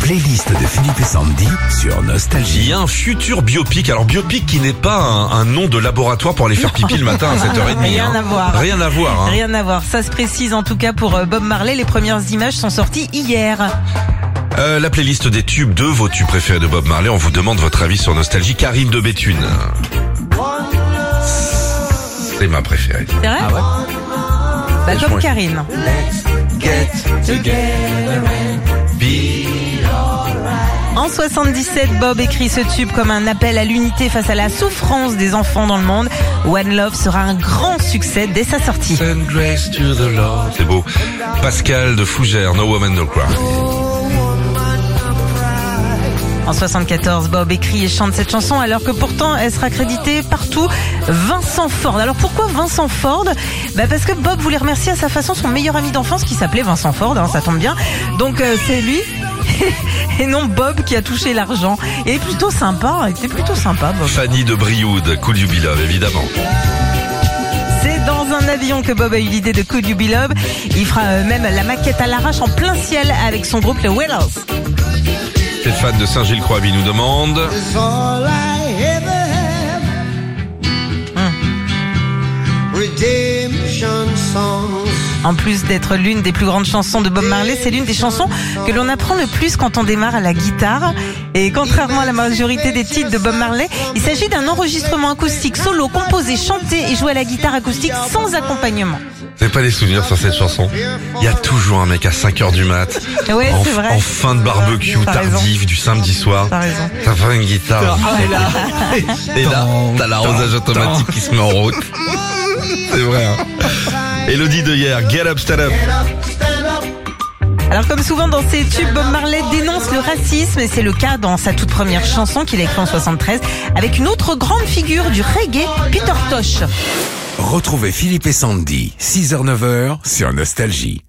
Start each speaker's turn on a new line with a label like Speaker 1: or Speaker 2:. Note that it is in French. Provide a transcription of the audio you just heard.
Speaker 1: playlist de Philippe et Sandy sur
Speaker 2: Il y
Speaker 1: Nostalgie.
Speaker 2: a un futur biopic. Alors biopic qui n'est pas un, un nom de laboratoire pour aller faire pipi le matin à 7h30.
Speaker 3: Rien
Speaker 2: hein.
Speaker 3: à voir.
Speaker 2: Rien à voir. hein.
Speaker 3: Rien à voir, ça se précise en tout cas pour euh, Bob Marley, les premières images sont sorties hier.
Speaker 2: Euh, la playlist des tubes de vos tubes préférés de Bob Marley. On vous demande votre avis sur Nostalgie. Karim de Béthune. C'est ma préférée.
Speaker 3: C'est vrai Bah
Speaker 2: Je
Speaker 3: comme
Speaker 2: pense-
Speaker 3: Karine. En 77, Bob écrit ce tube comme un appel à l'unité face à la souffrance des enfants dans le monde. One Love sera un grand succès dès sa sortie.
Speaker 2: C'est beau. Pascal de Fougère, No Woman No Cry.
Speaker 3: En 74, Bob écrit et chante cette chanson alors que pourtant elle sera créditée partout Vincent Ford. Alors pourquoi Vincent Ford bah Parce que Bob voulait remercier à sa façon son meilleur ami d'enfance qui s'appelait Vincent Ford, hein, ça tombe bien. Donc euh, c'est lui et non Bob qui a touché l'argent. Il est plutôt sympa, il était plutôt sympa Bob.
Speaker 2: Fanny de Brioude, Cool You Be Love, évidemment.
Speaker 3: C'est dans un avion que Bob a eu l'idée de Could You Be Love. Il fera euh, même la maquette à l'arrache en plein ciel avec son groupe les Willows.
Speaker 2: Stéphane de Saint-Gilles-Croix nous demande.
Speaker 4: all I ever have. Redemption songs.
Speaker 3: En plus d'être l'une des plus grandes chansons de Bob Marley, c'est l'une des chansons que l'on apprend le plus quand on démarre à la guitare. Et contrairement à la majorité des titres de Bob Marley, il s'agit d'un enregistrement acoustique solo composé, chanté et joué à la guitare acoustique sans accompagnement.
Speaker 2: C'est pas des souvenirs sur cette chanson. Il y a toujours un mec à 5h du mat.
Speaker 3: Ouais,
Speaker 2: en,
Speaker 3: c'est vrai.
Speaker 2: en fin de barbecue
Speaker 3: T'as raison.
Speaker 2: tardif du samedi soir.
Speaker 3: T'as Oh raison.
Speaker 2: Ça prend une guitare. Et là, t'as l'arrosage automatique qui se met en route. C'est vrai. hein. Elodie de hier, Get Up, Stand Up.
Speaker 3: Alors comme souvent dans ses tubes, Bob Marley dénonce le racisme et c'est le cas dans sa toute première chanson qu'il a écrite en 73 avec une autre grande figure du reggae, Peter Tosh.
Speaker 1: Retrouvez Philippe et Sandy, 6h-9h sur Nostalgie.